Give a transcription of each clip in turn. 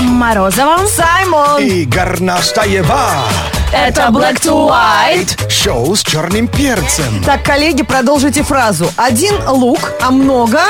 Морозовым. Саймон! И горнастаева. Это Black to White. Шоу с черным перцем. Так, коллеги, продолжите фразу. Один лук, а много,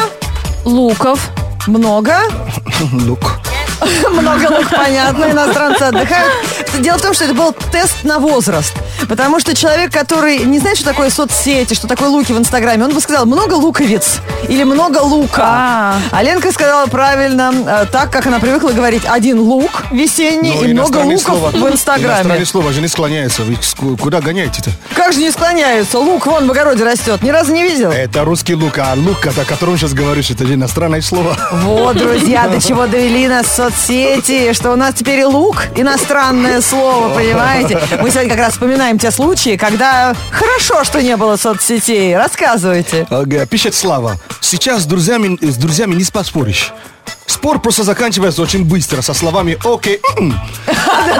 Луков. много, Лук. много лук, понятно, иностранцы отдыхают. Дело в том, что это был тест на возраст. Потому что человек, который не знает, что такое соцсети, что такое луки в Инстаграме, он бы сказал «много луковиц» или «много лука». А. А, Ленка сказала правильно, э, так, как она привыкла говорить «один лук весенний Ну, и много иностранные луков слова- в Инстаграме». Иностранные слова же а не склоняются. Вы ск- куда гоняете-то? Как же не склоняются? Лук вон в огороде растет. Ни разу не видел? Это русский лук, а лук, о котором сейчас говоришь, это же иностранное слово. Вот, друзья, до чего довели нас соцсети, что у нас теперь и лук иностранное слово, понимаете? Мы сегодня как раз вспоминаем те случаи, когда хорошо, что не было соцсетей. Рассказывайте. Ага, Пишет Слава. Сейчас с друзьями, с друзьями не поспоришь. Спор просто заканчивается очень быстро, со словами «Окей». м-м».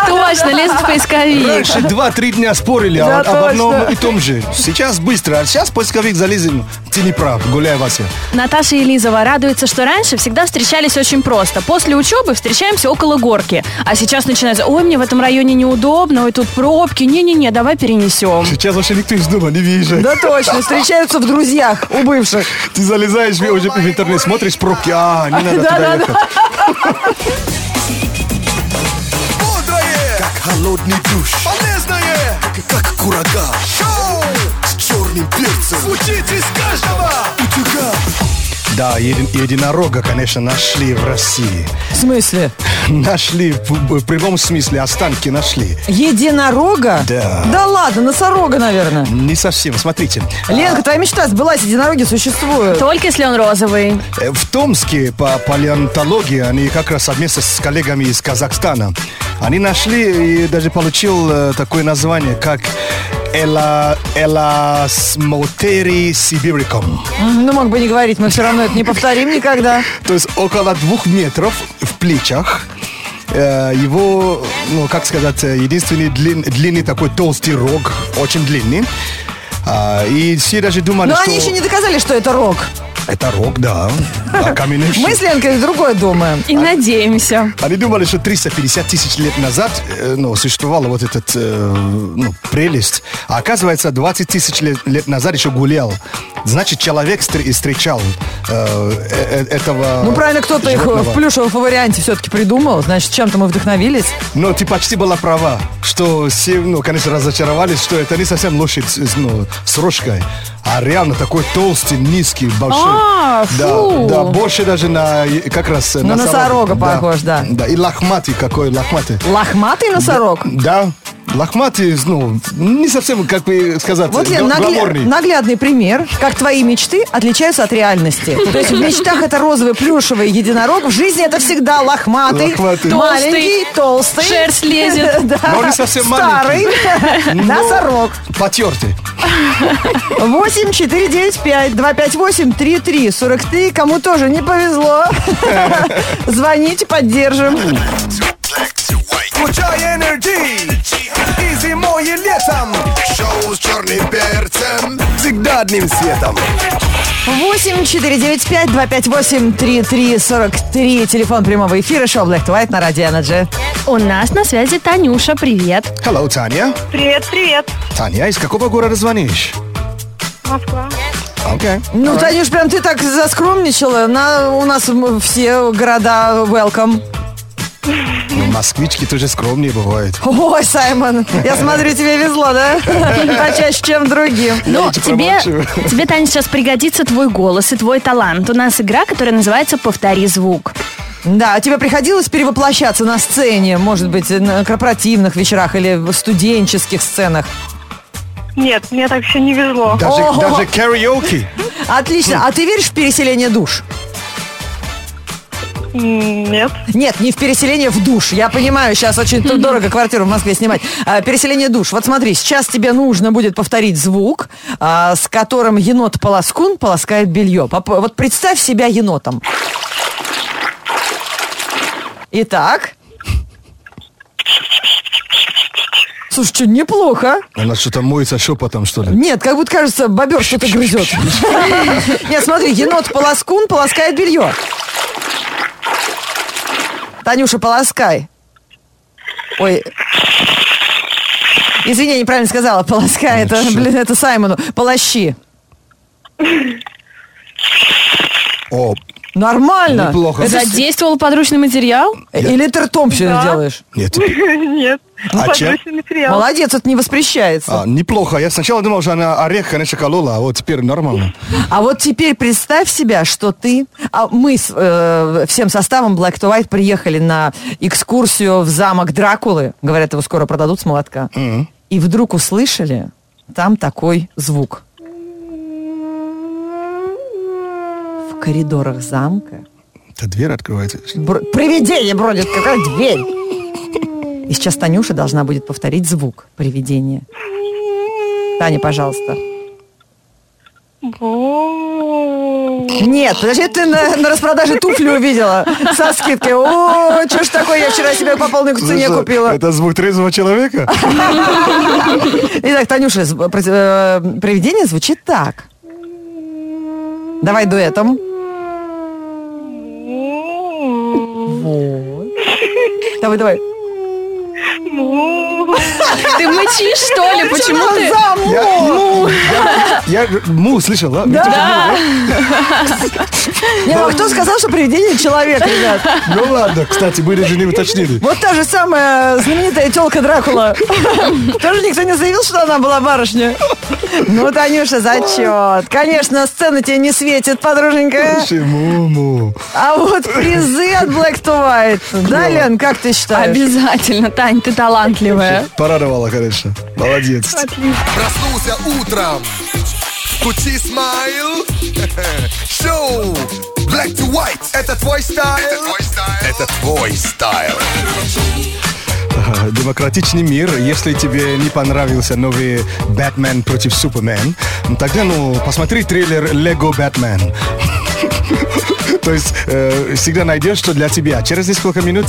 Точно, лезут в поисковик. Раньше 2-3 дня спорили Да, о- об одном точно. и том же. Сейчас быстро, а сейчас поисковик залезем. Ты не прав, гуляй, Вася. Наташа Елизова радуется, что раньше всегда встречались очень просто. После учебы встречаемся около горки. А сейчас начинается, ой, мне в этом районе неудобно, ой, тут пробки, не-не-не, давай перенесем. Сейчас вообще никто из дома не выезжает. Да точно, встречаются в друзьях у бывших. Ты залезаешь в- уже в интернет, смотришь пробки, а, не надо туда ехать. Бодрое, как холодный душ. Полезное, как курага. Шоу с черным перцем. Учитесь каждого. Утюга. Да, еди- единорога, конечно, нашли в России. В смысле? Нашли, в в прямом смысле, останки нашли. Единорога? Да. Да ладно, носорога, наверное. Не совсем, смотрите. Ленка, твоя мечта сбылась, единороги существуют. Только если он розовый. Э, В Томске по палеонтологии они как раз совместно с коллегами из Казахстана. Они нашли и даже получил э, такое название, как Эла, эласмотери сибирикум. М, Ну, мог бы не говорить, мы все равно это не повторим никогда. То есть около двух метров в плечах. Э, Его, ну, как сказать, э, единственный длин- длинный такой толстый рог, очень длинный. А, И все даже думали, Но Ну что они еще не доказали, что это рок. это рог, да. А каменный щит. Мы с Ленкой другое думаем. И надеемся. Они думали, что 350 тысяч лет назад э, ну, существовала вот этот э, ну, прелесть. А оказывается, 20 тысяч лет, лет назад еще гулял. Значит, человек стр- встречал э, э, э, этого Ну, правильно, кто-то их животного. в плюшевом варианте все-таки придумал. Значит, чем-то мы вдохновились. Но ты почти была права, что все, ну, конечно, разочаровались, что это не совсем лошадь с, ну, с рожкой, а реально такой толстый, низкий, большой. А, фу. Да, да, больше даже на, э, как раз... э, Ну, На носорога похож, да. Да, и лохматый какой, лохматый. Лохматый носорог? Да, лохматый, ну, не совсем, как бы сказать, Вот, Лен, гла- нагля- гламурный. наглядный пример, как твои мечты отличаются от реальности. То есть в мечтах это розовый плюшевый единорог, в жизни это всегда лохматый, Лохматый. маленький, толстый, Шерсть лезет. Да. Но не совсем старый, Но носорог. Потертый. 8 4 9 5 2 5 8 3 3 43. Кому тоже не повезло, звоните, поддержим. Включай энергии и зимой, и летом. Шоу с черным перцем. Всегда одним светом. 8 495 258 3343. Телефон прямого эфира шоу Black to White на Радио Energy. У нас на связи Танюша, привет. Hello, Таня. Привет, привет. Таня, из какого города звонишь? Москва. Окей. Ну, Танюш, прям ты так заскромничала. На, у нас м, все города welcome. Ну, москвички тоже скромнее бывают. Ой, Саймон, я смотрю, тебе везло, да? Почаще, чем другим. Ну, лучше тебе, промолчу. тебе, Таня, сейчас пригодится твой голос и твой талант. У нас игра, которая называется «Повтори звук». Да, а тебе приходилось перевоплощаться на сцене, может быть, на корпоративных вечерах или в студенческих сценах? Нет, мне так еще не везло. Даже, О. даже караоке. Отлично. А ты веришь в переселение душ? М, Нет. Нет, не в переселение в душ. Я понимаю, сейчас очень тут дорого квартиру в Москве снимать. А, переселение душ. Вот смотри, сейчас тебе нужно будет повторить звук, а, с которым енот-полоскун полоскает белье. Поп- Вот представь себя енотом. Итак. Слушай, что, неплохо. Она что-то моется шепотом, что ли? Нет, как будто кажется, бобер что-то грызет. Нет, смотри, енот полоскун полоскает белье. Танюша, полоскай. Ой. Извини, я неправильно сказала. Полоскай, это, чё. блин, это Саймону. Полощи. О, Нормально. Неплохо. Это с- Задействовал подручный материал? Или ты ртом все это Да. делаешь? нет. Нет. А Подручный материал. Молодец, это не воспрещается. А, неплохо. Я сначала думал, что она орех, конечно, колола, а вот теперь нормально. А вот теперь представь себя, что ты... А мы с э, всем составом Black to White приехали на экскурсию в замок Дракулы. Говорят, его скоро продадут с молотка. И вдруг услышали там такой звук. В коридорах замка Эта дверь открывается. бр- привидение бродит, какая дверь. И сейчас Танюша должна будет повторить звук привидения. Таня, пожалуйста. Бу. Нет, подожди, ты на, на распродаже туфли увидела со скидкой. О, что ж такое, я вчера себе по полной цене Слушай, купила. Это звук трезвого человека? Итак, Танюша, зв- про- э, привидение звучит так. Давай дуэтом. Вот. Давай, давай. Бу. Ты мычишь, что ли? Почему ты? Замок! ну! Я му слышал, да? Да. Не, ну, кто сказал, что привидение человек, ребят? Ну ладно, кстати, мы даже не уточнили. Вот та же самая знаменитая телка Дракула. Тоже никто не заявил, что она была барышня. Ну, Танюша, зачет. Конечно, сцена тебе не светит, подруженька. Почему му? А вот призы от Black to White. Да, Лен, как ты считаешь? Обязательно, Тань, ты талантливая. Порадовала, конечно. Молодец. Проснулся утром. Кучи смайл. Шоу. Black to white. Это твой стайл. Это твой стайл. Это твой стайл. Ага, Э, Демократичный мир. Если тебе не понравился новый Бэтмен против Супермен, тогда, ну, посмотри трейлер Лего Бэтмен. То есть э, всегда найдешь, что для тебя. Через несколько минут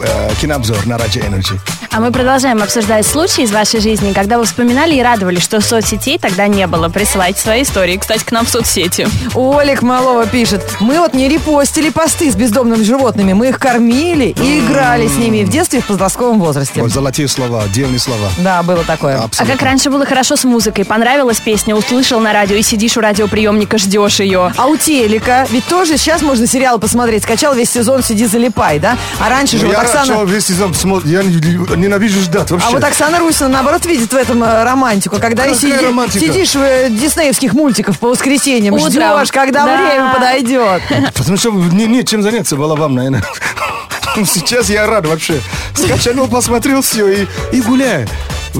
э, кинообзор на Раджа Energy. А мы продолжаем обсуждать случаи из вашей жизни, когда вы вспоминали и радовались, что соцсетей тогда не было. Присылайте свои истории, кстати, к нам в соцсети. Олег Малова пишет. Мы вот не репостили посты с бездомными животными. Мы их кормили и играли с ними и в детстве, и в подростковом возрасте. Вот золотые слова, дельные слова. Да, было такое. А Абсолютно. как раньше было хорошо с музыкой, понравилась песня, услышал на радио и сидишь у радиоприемника, ждешь ее. А у телека ведь тоже сейчас можно сериал посмотреть. Скачал весь сезон, сиди залипай, да? А раньше же Ну, вот я начал Оксана... весь сезон смотр- я не- ненавижу ждать вообще. А вот Оксана Русина, наоборот, видит в этом э, романтику, когда и Какая сиди- романтика? сидишь в э, диснеевских мультиках по воскресеньям, Утром. ждешь, когда Да. время подойдет. Потому что не, не чем заняться было вам, наверное. Сейчас я рад вообще. Скачанул, посмотрел все и, и гуляю.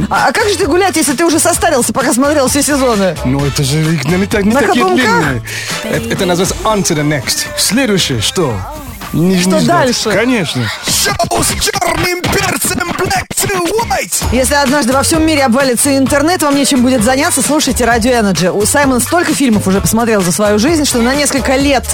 А, а как же ты гулять, если ты уже состарился, пока смотрел все сезоны? Ну, это же не, не так- не На такие каблуках? длинные. Это, это называется on to the next. Следующее, что? Не- Что ждать. дальше? Конечно. Шоу с черным перцем. Black to white. Если однажды во всем мире обвалится интернет, вам нечем будет заняться, слушайте Радио Energy. У Саймона столько фильмов уже посмотрел за свою жизнь, что на несколько лет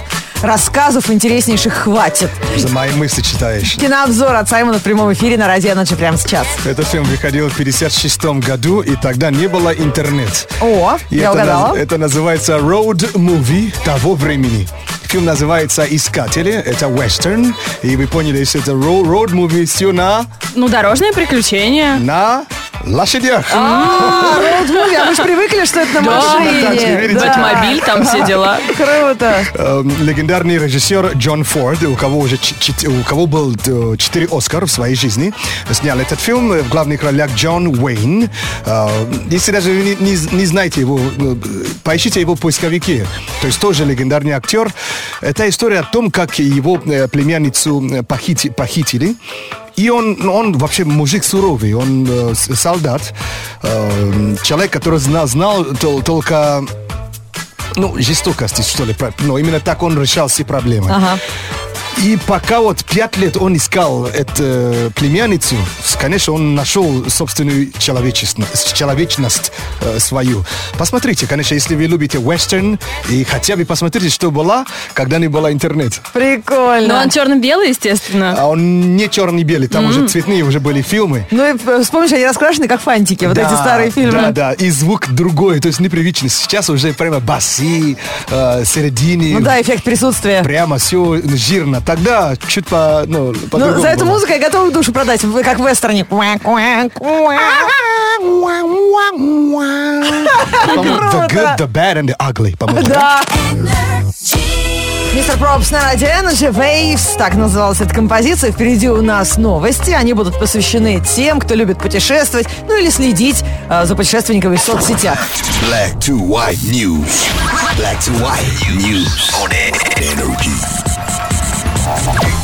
рассказов интереснейших хватит. За мои мысли читаешь. Кинообзор от Саймона в прямом эфире на Радио Energy прямо сейчас. Этот фильм выходил в 56 году, и тогда не было интернет. О, И я это, наз- угадала. это называется road movie того времени. Фильм называется «Искатели», это вестерн, и вы поняли, что это ро- road movie все на, Ну, дорожное приключение. на лошадях. А, роуд муви, а мы же привыкли, что это на так, машине. видите? Мобиль, там все дела. Круто. Эм, легендарный режиссер Джон Форд, у кого уже ч- чет- у кого был э, четыре Оскара в своей жизни, снял этот фильм э, в главных ролях Джон Уэйн. Э, Если даже вы не, не з- не знаете его, э, поищите его в поисковике. То есть тоже легендарный актер. Это история о том, как его э, племянницу э, похити- похитили. И он, он вообще мужик суровый, он э, с- солдат, э, человек, который знал, знал тол- только ну, жестокости, что ли, про- но именно так он решал все проблемы. Ага. И пока вот пять лет он искал эту э, племянницу, с- конечно, он нашел собственную человечесно- с- человечность э, свою. Посмотрите, конечно, если вы любите вестерн, и хотя бы посмотрите, что было, когда не было интернет. Но Прикольно. Ну, он черно-белый, естественно. А он не черный-белый, там уже цветные уже были фильмы. Ну и э, вспомнишь, они раскрашены как фантики, вот эти Да, старые Да, фильмы. да, и звук другой, то есть непривычный. Сейчас уже прямо басы, э, середины. Ну да, эффект присутствия. Прямо все жирно, тогда чуть по, ну, по-другому Ну, за эту было. музыку я готова душу продать, вы как в вестерне. По-моему, The Круто. good, the bad and the ugly, по-моему. Да. Мистер Пропс на Радио Energy Waves, так называлась эта композиция. Впереди у нас новости, они будут посвящены тем, кто любит путешествовать, ну или следить э, за путешественниками в соцсетях. Black to white news. Black to white news on energy.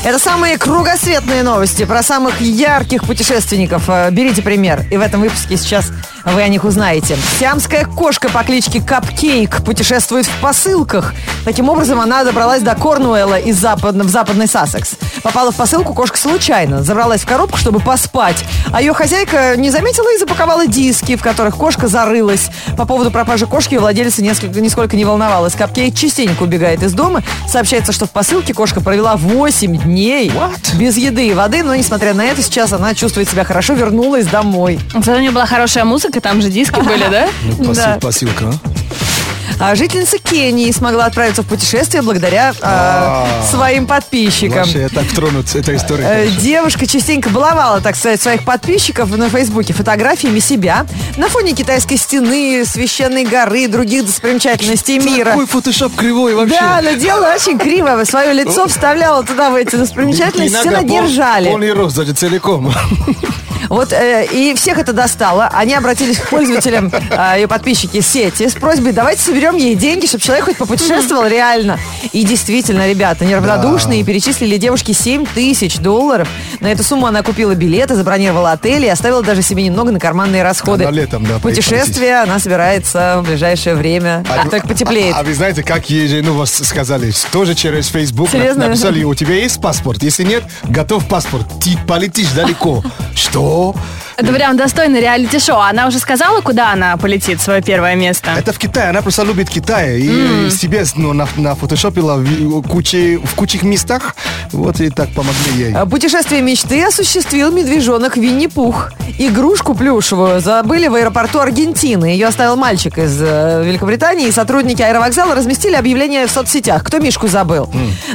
Это самые кругосветные новости про самых ярких путешественников. Э, Берите пример. И в этом выпуске сейчас вы о них узнаете. Сиамская кошка по кличке Капкейк путешествует в посылках. Таким образом, она добралась до Корнуэлла из запад... в западный Сассекс. Попала в посылку кошка случайно. Забралась в коробку, чтобы поспать. А ее хозяйка не заметила и запаковала диски, в которых кошка зарылась. По поводу пропажи кошки владелица несколько, нисколько не волновалась. Капкейк частенько убегает из дома. Сообщается, что в посылке кошка провела 8 дней без еды и воды, но, несмотря на это, сейчас она чувствует себя хорошо, вернулась домой. Зато у нее была хорошая музыка, там же диски были, да? Посыл- Да. Посылка. а? А жительница Кении смогла отправиться в путешествие благодаря э, своим подписчикам. Вообще, я так тронут этой историей. Э, конечно. Девушка частенько баловала, так сказать, своих подписчиков на Фейсбуке фотографиями себя на фоне китайской стены, священной горы и других достопримечательностей мира. Какой фотошоп кривой вообще. Да, она делала очень криво. Свое лицо вставляла туда в эти достопримечательности, все Иногда пол- надержали. Полный рост, даже целиком. Вот э, и всех это достало. Они обратились к пользователям, э, ее подписчики сети, с просьбой давайте соберем ей деньги, чтобы человек хоть попутешествовал реально. И действительно, ребята, неравнодушные перечислили девушке 7 тысяч долларов. На эту сумму она купила билеты, забронировала отель и оставила даже себе немного на карманные расходы. Да, на летом, да, Путешествие она собирается в ближайшее время, как только потеплеет. А, вы знаете, как ей же, ну, вас сказали, тоже через Facebook на- Серьезно? написали, у тебя есть паспорт? Если нет, готов паспорт. Ты полетишь далеко. Что? Это прям достойно реалити-шоу. Она уже сказала, куда она полетит, свое первое место? Это в Китае, она просто любит Китай. И себе ну, на, нафотошопила в куче, в кучих местах. Вот и так помогли ей. А Путешествие мечты осуществил медвежонок Винни-Пух. Игрушку плюшевую забыли в аэропорту Аргентины. Ее оставил мальчик из э, Великобритании. И сотрудники аэровокзала разместили объявление в соцсетях. Кто Мишку забыл?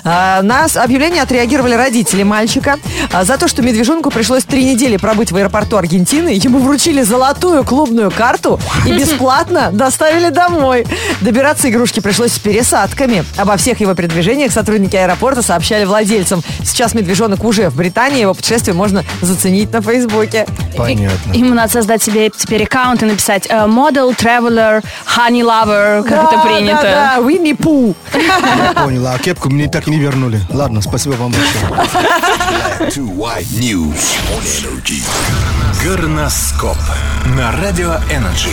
А, на с- объявление отреагировали родители мальчика. А, за то, что медвежонку пришлось три недели пробыть в аэропорту Аргентины, ему вручили золотую клубную карту и бесплатно доставили домой. Добираться игрушки пришлось с пересадками. Обо всех его передвижениях сотрудники аэропорта сообщали владельцам. Сейчас медвежонок уже в Британии, его путешествие можно заценить на Фейсбуке. Понятно. Ему надо создать себе теперь аккаунт и написать э, «Model, Traveler, Honey Lover», как это Да, принято. Да, да, Винни-Пу. Я поняла. А кепку мне так и не вернули. Ладно, спасибо вам большое. Black to white news on energy. Горноскоп на Радио Энерджи.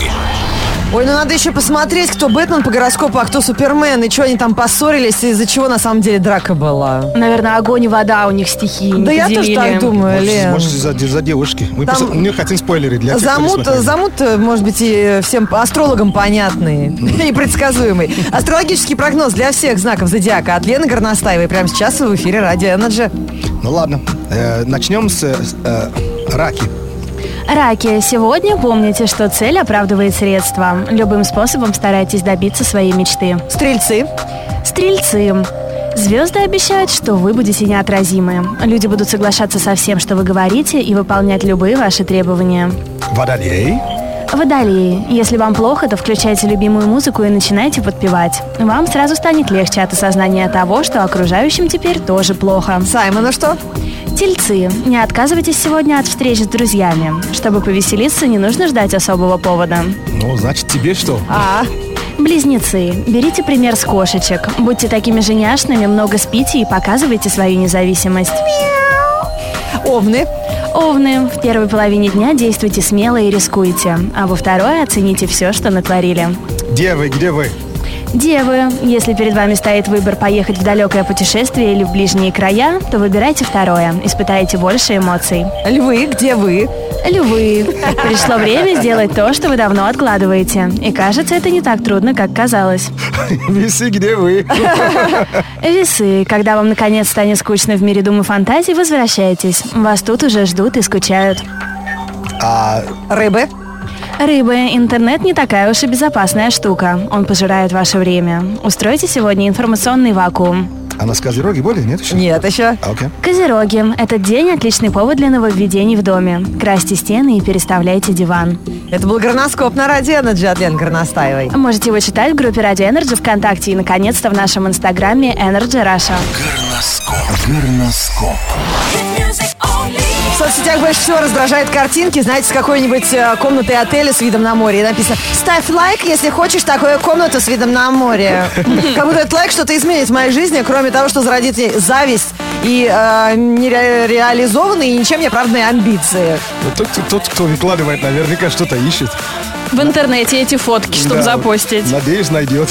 Ой, ну надо еще посмотреть, кто Бэтмен по гороскопу, а кто Супермен, и что они там поссорились, и из-за чего на самом деле драка была. Наверное, огонь и вода у них стихи. не Да я тоже поделили. так думаю, Может, Лен. может, за, за девушки. Мы Там- просто не хотим спойлерить для тех, кто не Замут, смотрел. замут, э, может быть, и всем астрологам понятный и предсказуемый. Астрологический прогноз для всех знаков зодиака от Лены Горностаевой прямо сейчас в эфире Радио Энерджи. Ну ладно, Э, начнем с э, с, э, раки. Раки, сегодня помните, что цель оправдывает средства. Любым способом старайтесь добиться своей мечты. Стрельцы. Стрельцы. Звезды обещают, что вы будете неотразимы. Люди будут соглашаться со всем, что вы говорите, и выполнять любые ваши требования. Водолей. Водолеи. Если вам плохо, то включайте любимую музыку и начинайте подпевать. Вам сразу станет легче от осознания того, что окружающим теперь тоже плохо. Саймону что? Тельцы, не отказывайтесь сегодня от встреч с друзьями. Чтобы повеселиться, не нужно ждать особого повода. Ну, значит, тебе что? А, Близнецы, берите пример с кошечек. Будьте такими же няшными, много спите и показывайте свою независимость. овны. Овны, в первой половине дня действуйте смело и рискуйте, а во второй оцените все, что натворили. Где вы, где вы? Девы, если перед вами стоит выбор поехать в далекое путешествие или в ближние края, то выбирайте второе, испытаете больше эмоций. Львы, где вы? Львы, пришло время сделать то, что вы давно откладываете. И кажется, это не так трудно, как казалось. Весы, где вы? Весы, когда вам наконец станет скучно в мире думы фантазий, возвращайтесь. Вас тут уже ждут и скучают. А, Рыбы. Рыбы, интернет не такая уж и безопасная штука. Он пожирает ваше время. Устройте сегодня информационный вакуум. Она с Козероги более, нет еще? Нет, еще. А, Окей. Козероги. Этот день отличный повод для нововведений в доме. Красьте стены и переставляйте диван. Это был горноскоп на радио Energy от Лены Горностаевой. Можете его читать в группе Радио Energy ВКонтакте и, наконец-то, в нашем инстаграме Energy Russia. Горноскоп. Горноскоп. В соцсетях больше всего раздражает картинки, знаете, с какой-нибудь э, комнаты отеля с видом на море. И написано «Ставь лайк, если хочешь такую комнату с видом на море». Как будто этот лайк что-то изменит в моей жизни, кроме того, что зародит ей зависть и э, нереализованные и ничем не оправданные амбиции. Ну, Тот, кто- тот, кто выкладывает, наверняка что-то ищет. В интернете эти фотки, чтобы Да, запостить. Надеюсь, найдет.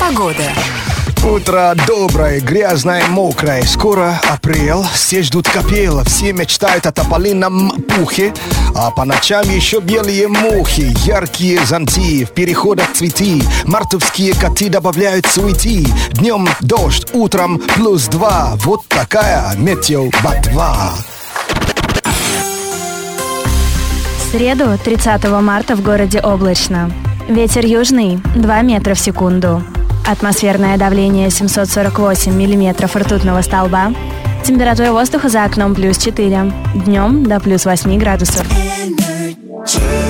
Погода. Утро доброе, грязное, мокрое. Скоро апрель, все ждут капела, все мечтают о тополином пухе. А по ночам еще белые мухи, яркие зонти, в переходах цветы. Мартовские коты добавляют суети. Днем дождь, утром плюс два. Вот такая метео ботва. В среду, 30 марта, в городе облачно. Ветер южный, 2 метра в секунду. Атмосферное давление 748 миллиметров ртутного столба. Температура воздуха за окном плюс 4. Днем до плюс 8 градусов. Energy.